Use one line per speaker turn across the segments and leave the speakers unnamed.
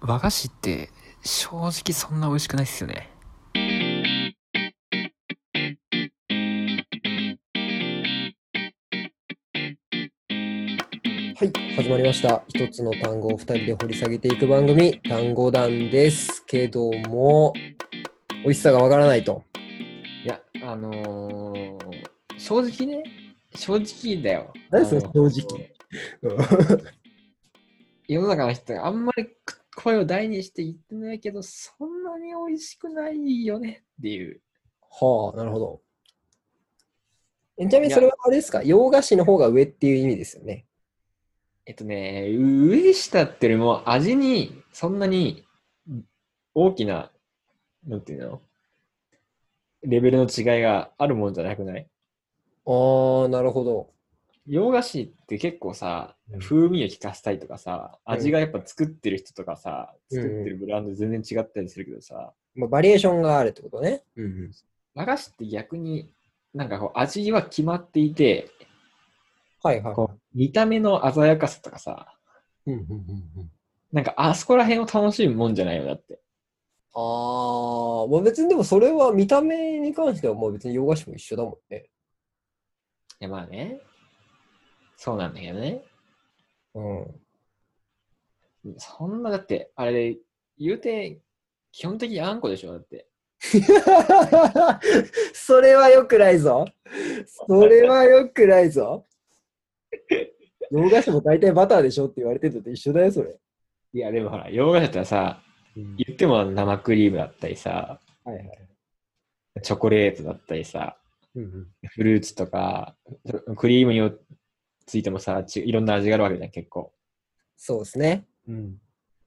和菓子って正直そんな美味しくないっすよね
はい、始まりました。一つの単語を二人で掘り下げていく番組、単語団ですけども、美味しさがわからないと。
いやあのー、正直ね正直だよ
何それ
あの
正直
世の中の人があんまりく声を大にして言ってないけどそんなに美味しくないよねっていう
はあ、なるほど。えちなみにそれはあれですか洋菓子の方が上っていう意味ですよね。
えっとね上下っていうよりも味にそんなに大きななんていうのレベルの違いがあるもんじゃなくない
ああ、なるほど。
洋菓子って結構さ、
うん
風味を効かせたりとかさ、
うん
味がやっぱ作ってる人とかさ、
うんうん
作ってるブランド全然違ったりするけどさ、
まあ、バリエーションがあるってことね。
和菓子って逆になんかこう味は決まっていて、
はいはい。
こう見た目の鮮やかさとかさ、
うんうんうんうん
なんかあそこら辺を楽しむもんじゃないよなって。
ああ、まあ、別にでもそれは見た目に関してはもう別に洋菓子も一緒だもんね。
いやまあね、そうなんだけどね。
うん。
そんなだって、あれ言うて、基本的にあんこでしょだって。
それは良くないぞ。それは良くないぞ。洋菓子も大体バターでしょって言われてるのと一緒だよ、それ。
いやでもほら、洋菓子だったらさ、言っても生クリームだったりさ、
はいはい。
チョコレートだったりさ、
うんうん
フルーツとか、クリームについてもさ、ちいろんな味があるわけじゃん、結構。
そうですね。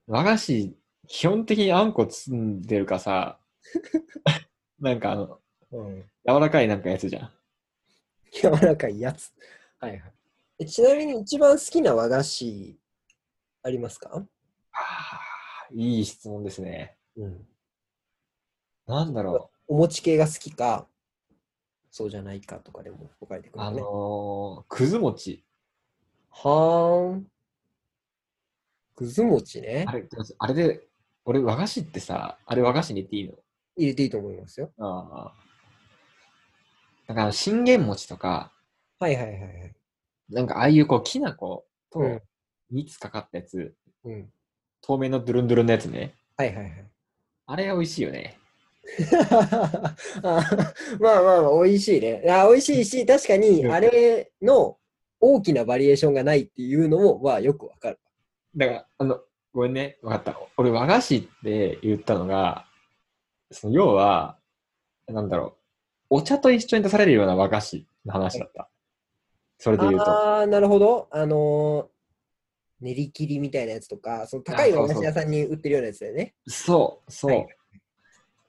和菓子、基本的にあんこ包んでるか さ、なんかあの、
うん、
柔らかいなんかやつじゃん。
柔らかいやつ。はいはいえ。ちなみに一番好きな和菓子ありますか、
あーいい質問ですね。
うん、
なんだろ
お餅系が好きか、そうじゃないかとかでも分かれてく
う。
る
あ
よね。
のー、くず餅。
はーん。くず餅ね
あ。れ、あれで、俺和菓子ってさ、あれ和菓子に言っていいの
入れていいと思いますよ。
ああ。だから、信玄餅とか、
はいはいはいはい。
なんかああいうこう、きな粉と
うん
蜜かかったやつ、
うん。
透明のドゥルンドゥルンのやつね。
はいはい はい。
あれ美味しいよね。
あまあまあまあ、美味しいね。あ美味しいし、確かに、
うん
あれの大きなバリエーションがないっていうのも、まあよくわかる。
だから、あの、ごめんね、わかった。俺、和菓子って言ったのが、その要は、なんだろう、お茶と一緒に出されるような和菓子の話だった。それで言うと。
ああ、なるほど。あのー練り切りみたいなやつとか、その高い
あそ
和
うそ
菓
う
子屋さんに売ってるようなやつだよね。
そう、そう。
はい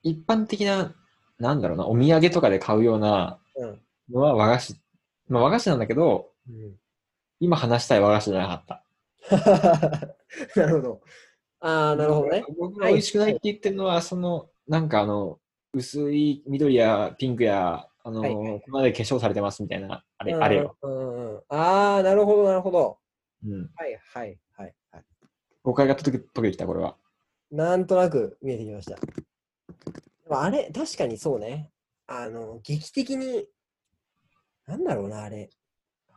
一般的な、なんだろうな、お土産とかで買うような
うん。
のは和菓子。まあ、和菓子なんだけど、今話したい和菓子じゃなかった。
なるほど。ああ、なるほどね。
僕が美味しくないって言ってるのは、その、なんかあの、薄い緑やピンクや、あの、
はいはい
ここまで化粧されてますみたいな、あれ、
うん
あれよ。
うんうんうんああ、なるほど、なるほど。
うん。
はいはいはいはい。
誤解が解け解けてきた、これは。
なんとなく見えてきました。でもあれ、確かにそうね。あの、劇的に、なんだろうな、あれ。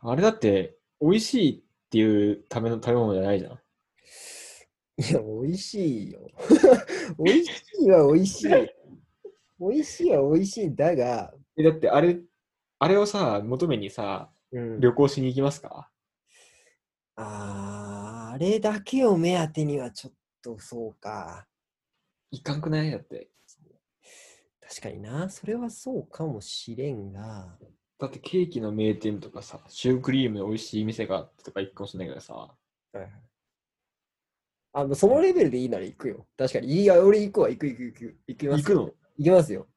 あれだって、美味しいっていうための食べ物じゃないじゃん。
いや、美味しいよ。 美味しいは美 味しい。美味しいは美味しいんだが、
え、だって、あれ、あれをさ、求めにさ、
うん、
旅行しに行きますか、
あーあれだけを目当てにはちょっとそうか。
行かんくないだって。
確かにな、それはそうかもしれんが、
だって、ケーキの名店とかさ、シュークリームの美味しい店があってとか行くかもしれないけどさ、
あのそのレベルでいいなら行くよ。確かに、いや、俺行くわ、行く行く行く。行きます
行くの
行きますよ。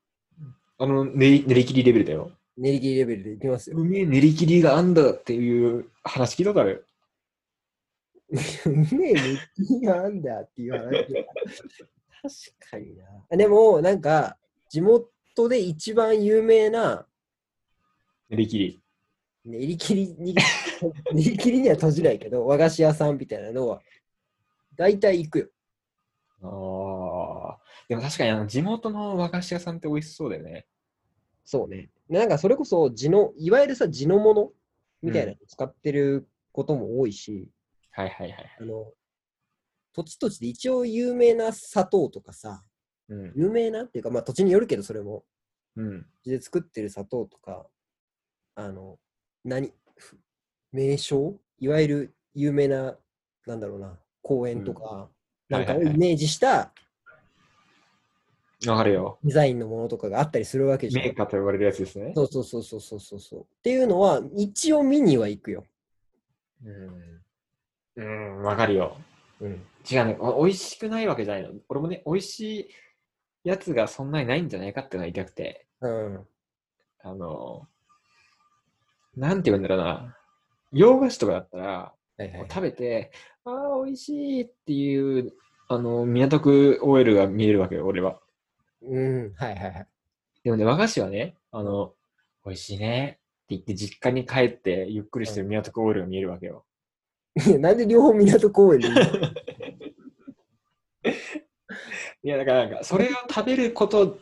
あの、練り練り切りレベルだよ。
練り切りレベルでいきますよ。
うめえ練り切りがあんだっていう話聞いたことある。
うめえ練り切りがあんだっていう話だ。確かにな。あでも、なんか、地元で一番有名な
練り切り。
練り切り に、練り切りには閉じないけど、和菓子屋さんみたいなのは、大体行くよ。
ああ。でも確かにあの地元の和菓子屋さんって美味しそうだよね。
そうね。なんかそれこそ地の、いわゆるさ、地のものみたいなの使ってることも多いし、
はいはいはい。
あの、土地土地で一応有名な砂糖とかさ、
うん。
有名なっていうか、まあ土地によるけどそれも、
うん。
土地で作ってる砂糖とか、あの、何、ふ名称いわゆる有名な、なんだろうな、公園とか、
うん
なんかを
はいはいはい
イメージした
わかるよ。
デザインのものとかがあったりするわけじゃん
メー。カーと呼ばれるやつですね。
そうそうそうそうそうそうそう。っていうのは、一応見には行くよ。
うん。うん、わかるよ。
うん。
違うね。お美味しくないわけじゃないの。俺もね、美味しいやつがそんなにないんじゃないかっていうのが言いたくて。
うん。
あの、なんて言うんだろうな。洋菓子とかだったら、
はいはい。
食べて、ああ、美味しいっていう、あの、港区 OL が見えるわけよ、俺は。
うん。はいはいはい。
でもね、和菓子はね、あの、美味しいねって言って、実家に帰って、ゆっくりしてる港区オールが見えるわけよ。
いや なんで両方港公園で言うの
いや、だからなんか、それを食べること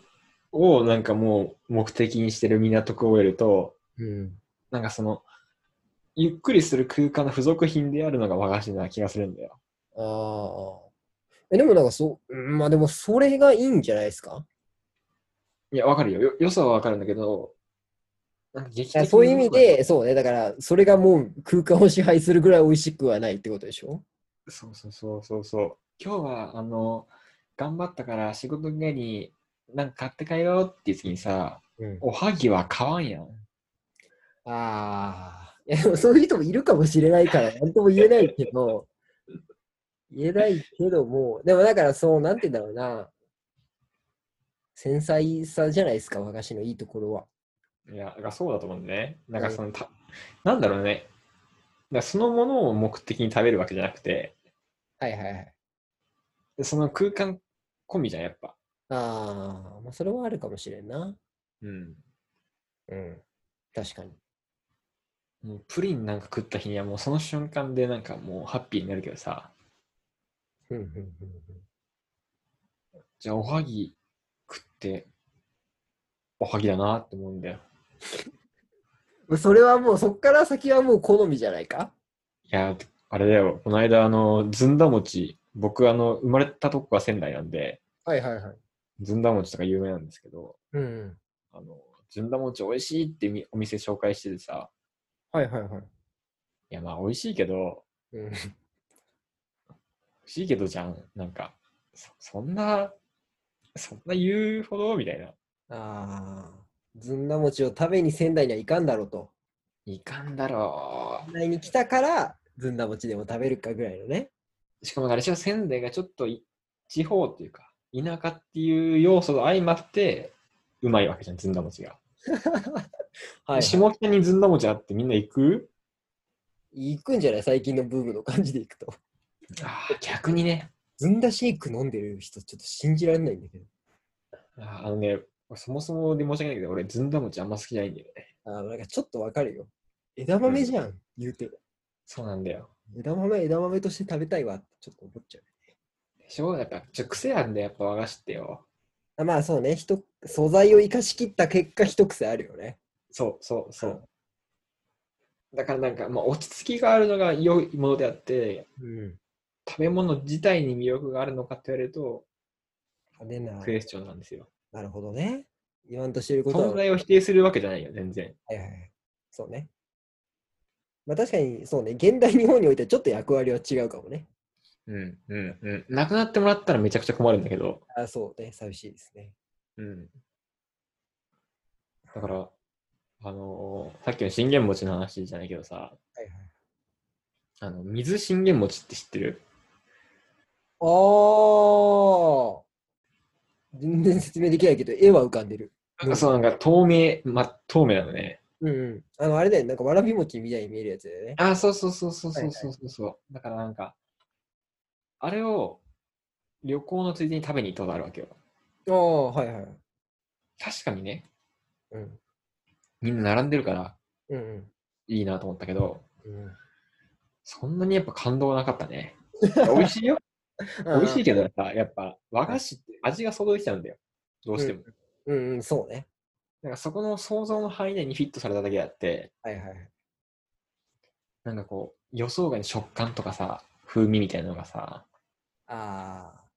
を、なんかもう、目的にしてる港区 OL と、
うん。
なんかその、ゆっくりする空間の付属品であるのが和菓子な気がするんだよ。
ああ。え、でもなんかそう、うんまあでもそれがいいんじゃないですか
いや、わかるよ。よ、良さはわかるんだけど、なんか劇的に
そういう意味、で、そうね、だからそれがもう空間を支配するぐらい美味しくはないってことでしょ
そうそうそうそうそう。今日は、あの、頑張ったから仕事帰りに、なんか買って帰ろうっていう時にさ、
うん。
おはぎは買わんやん。
ああ。いや、でもそういう人もいるかもしれないから、なんとも言えないけ ど、言えないけども、でもだからそう、なんて言うんだろうな、繊細さじゃないですか、和菓子のいいところは。
いや、だからそうだと思うんだね。なんかその、たなんだろうね。だからそのものを目的に食べるわけじゃなくて、
はいはいはい。
その空間込みじゃん、やっぱ。
ああ、まあそれはあるかもしれんな。
うん。
うん。確かに。
もうプリンなんか食った日にはもうその瞬間でなんかもうハッピーになるけどさ、
うんうんうんうん
じゃあおはぎ食って、おはぎだなって思うんだよ。
もうそれはもうそっから先はもう好みじゃないか
いや、あれだよ。この間、あの、ずんだ餅、僕、あの、生まれたとこが仙台なんで、
はいはいはい。
ずんだ餅とか有名なんですけど、
うん。
あの、ずんだ餅美味しいってみお店紹介しててさ、
はいはいはい。
いや、まあ、美味しいけど、
うん、
美味しいけどじゃん。なんか、そそんな、そんな言うほどみたいな。
ああ。ずんだ餅を食べに仙台には行かんだろうと。
いかんだろ
仙台に来たから、ずんだ餅でも食べるかぐらいのね。
う。しかも、あれしは仙台がちょっとい地方っていうか、田舎っていう要素と相まって、うまいわけじゃん、ずんだ餅が。
はい、
下北にずんだ餅あってみんな行く
行くんじゃない最近のブームの感じで行くと。
あー逆にね。
ずんだシェイク飲んでる人、ちょっと信じられないんだけど。
あーあのね、そもそもで申し訳ないけど、俺、ずんだ餅あんま好きじゃないんだよね。
あーなんかちょっとわかるよ。枝豆じゃん、言うて。
そうなんだよ。
枝豆、枝豆として食べたいわってちょっと思っちゃう。
でしょやっぱ、ちょっと癖あるんだよ、やっぱ和菓子ってよ。
あまあそうね、一素材を生かしきった結果、一癖あるよね。
そうそうそう。だからなんか、まあ、落ち着きがあるのが良いものであって、
うん。
食べ物自体に魅力があるのかって言われると、
派手な。
クエスチョンなんですよ。
なるほどね。言わんとしてることは。
存在を否定するわけじゃないよ、全然。
はいはいはい。そうね。まあ確かに、そうね。現代日本においてはちょっと役割は違うかもね。
うんうんうん。なくなってもらったらめちゃくちゃ困るんだけど。
あそうね。寂しいですね。
うん。だから、あのーさっきの信玄餅の話じゃないけどさ、
はいはい。
あの、水信玄餅って知ってる
あー全然説明できないけど、絵は浮かんでる。
なんかそう、なんか透明、ま、透明なのね。
うんうん。あの、あれだよね。なんかわらび餅みたいに見えるやつだよね。
あ、そうそうそうそうそうそうそうそう、だからなんか、あれを旅行のついでに食べに行ったことあるわけよ。
ああ、はいはい。
確かにね、
うん。
みんな並んでるから
うんうん。
いいなと思ったけど、
うん、
そんなにやっぱ感動はなかったね。美味しいよ。美味しい
い。
けどさ、やっぱ和菓子って味が想像できちゃうんだよ。どうしても。
うんうん、そうね。
なんかそこの想像の範囲内にフィットされただけであって、
はいはいはい。
なんかこう、予想外の食感とかさ、風味みたいなのがさ、
あ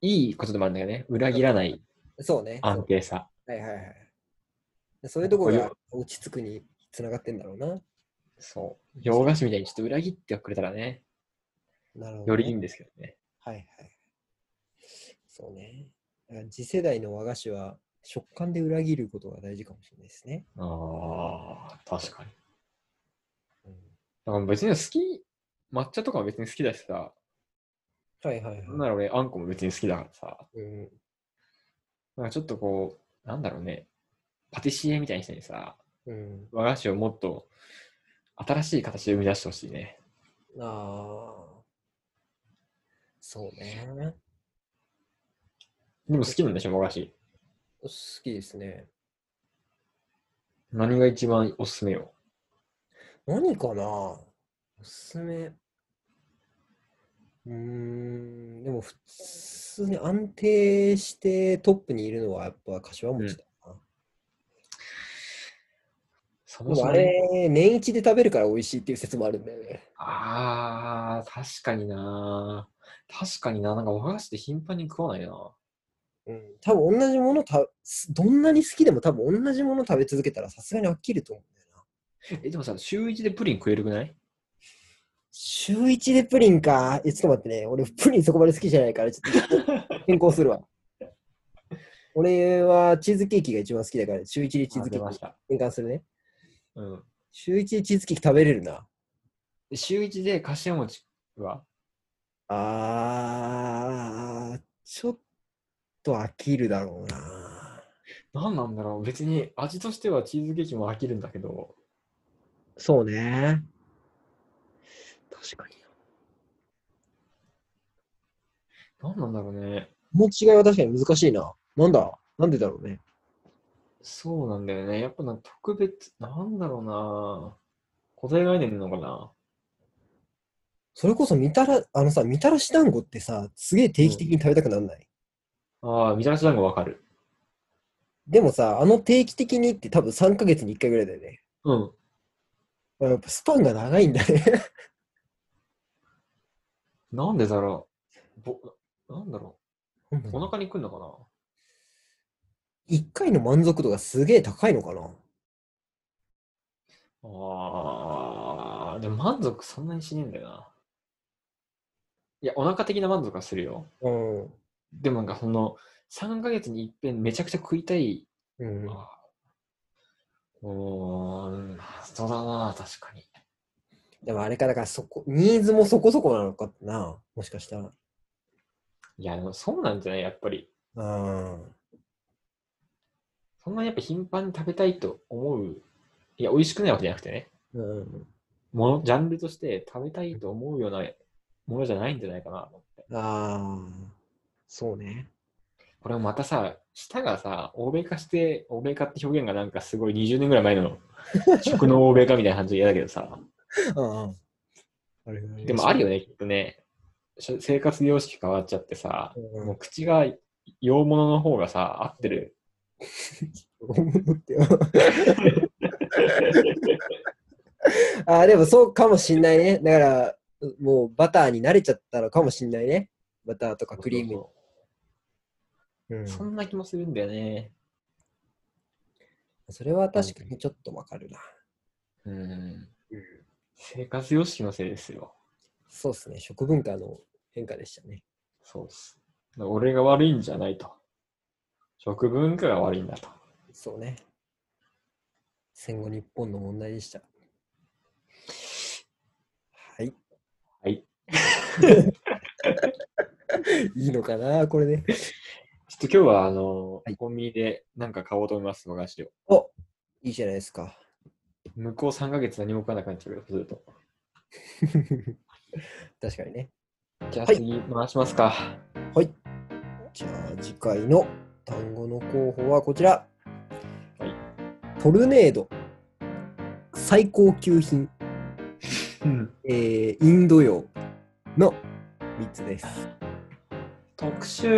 いいことでもあるんだよね。裏切らない
あ、そうね。
安定さ。
はいはいはい。そういうところが落ち着くにつながってんだろうな。
そう。洋菓子みたいにちょっと裏切ってくれたらね、
なるほどね、
よりいいんですけどね。
はいはい。そうね。だから次世代の和菓子は食感で裏切ることが大事かもしれないですね。
ああ、確かに。
うん
だから別に好き、抹茶とかも別に好きだしさ、
はいはい
なんな
はい。
ら俺あんこも別に好きだからさ、
うん、
なんかちょっとこう、なんだろうね、パティシエみたいな人にさ、
うん、
和菓子をもっと新しい形で生み出してほしいね。
ああ。そうね。
でも好きなんでしょ、和菓子。
好きですね。
何が一番おすすめよ。
何かなおすすめ。うーん、でも普通に安定してトップにいるのはやっぱ柏餅だな。
そ
でもあれ、年一で食べるから美味しいっていう説もあるんだよね。
あー、確かにな確かにななんか和菓子って頻繁に食わないな。
うん、多分同じものた、どんなに好きでも多分同じもの食べ続けたらさすがに飽きると思うんだよな。
え、でもさ、週一でプリン食えるくない
週一でプリンか。え、ちょっと待ってね。俺、プリンそこまで好きじゃないから、ちょ っと変更するわ。俺はチーズケーキが一番好きだから、週一でチーズケ
あ出
ー
ま
キ
した。
変換するね。
うん。
週一でチーズケーキ食べれるな。
で週一で柏餅は
あー、ちょっと飽きるだろうな。
何なんだろう別に味としてはチーズケーキも飽きるんだけど、
そうね。確かに。
何なんだろうね。
この違いは確かに難しいな。なんだなんでだろうね。
そうなんだよね。やっぱなんか特別、なんだろうな固定概念なのかな
それこそ、みたら、あのさ、みたらし団子ってさ、すげえ定期的に食べたくなんない、
ああ、みたらし団子わかる。
でもさ、あの定期的にって多分3ヶ月に1回ぐらいだよね。
うん。
やっぱスパンが長いんだね。
なんでだろうぼなんだろう お
1
腹にくんのかな
回の満足度がすげえ高いのかな
ああ、でも満足そんなにしねえんだよな。いや、お腹的な満足はするよ。
うん。
でもなんかその、3ヶ月に一遍めちゃくちゃ食いたい。
うん。
あーうーん、そうだな、確かに。
でもあれか、だからそこ、ニーズもそこそこなのかな。もしかしたら。
いや、でもそうなんじゃないやっぱり。
うん。
そんなにやっぱ頻繁に食べたいと思う。いや、美味しくないわけじゃなくてね。
うん。
もの、ジャンルとして食べたいと思うようなものじゃないんじゃないかなと思って。
ああ。そうね。
これもまたさ、舌がさ、欧米化して、欧米化って表現がなんかすごい20年ぐらい前 の食の欧米化みたいな感じで嫌だけどさ。
うん。あれ
でもあるよね、きっとね。しょ生活様式変わっちゃってさ、
うん
もう口が洋物の方がさ、合って る。
あーでもそうかもしんないね。だから、うもうバターに慣れちゃったのかもしんないね。バターとかクリームに。うん
そんな気もするんだよね。
それは確かにちょっとわかるな。
うん。生活様式のせいですよ。
そうですね。食文化の変化でしたね。
そうっす。俺が悪いんじゃないと。食文化が悪いんだと。
そうね。戦後日本の問題でした。はい。
はい。
いいのかな、これで、
ちょっと今日は、あの、
はい
コンビニでなんか買おうと思います、和菓子を。
おいいじゃないですか。
向こう3ヶ月何も食わなくなっちゃうけど、そうすると。
確かにね。
じゃあ
はい
次回しますか。
はい。じゃあ次回の単語の候補はこちら。
はい
トルネード。最高級品。
うん。
えーインド洋の3つです。
特集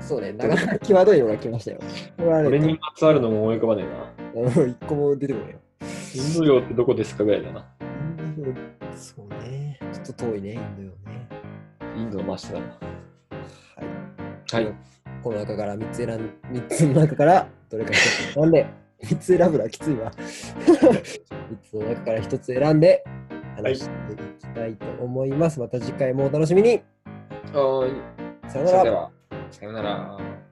そう ね、なかなか際どいのが来ましたよ。
これは
これに
ね、
まつわるのも思い浮かばねえな。
1個も出てこないよ。
インド洋ってどこですかぐらいだな。
そうね。ちょっと遠いね、インドよね。
インドの真下だな。
はい。
はい。
この中から3つ選ん、三つの中からどれか1つ選んで、3つ 選ぶのはきついわ。3つの中から1つ選んで、話していきたいと思います。また次回もお楽しみに。
はーい。
さよ
そ
な
れで
ら。
は、さよなら。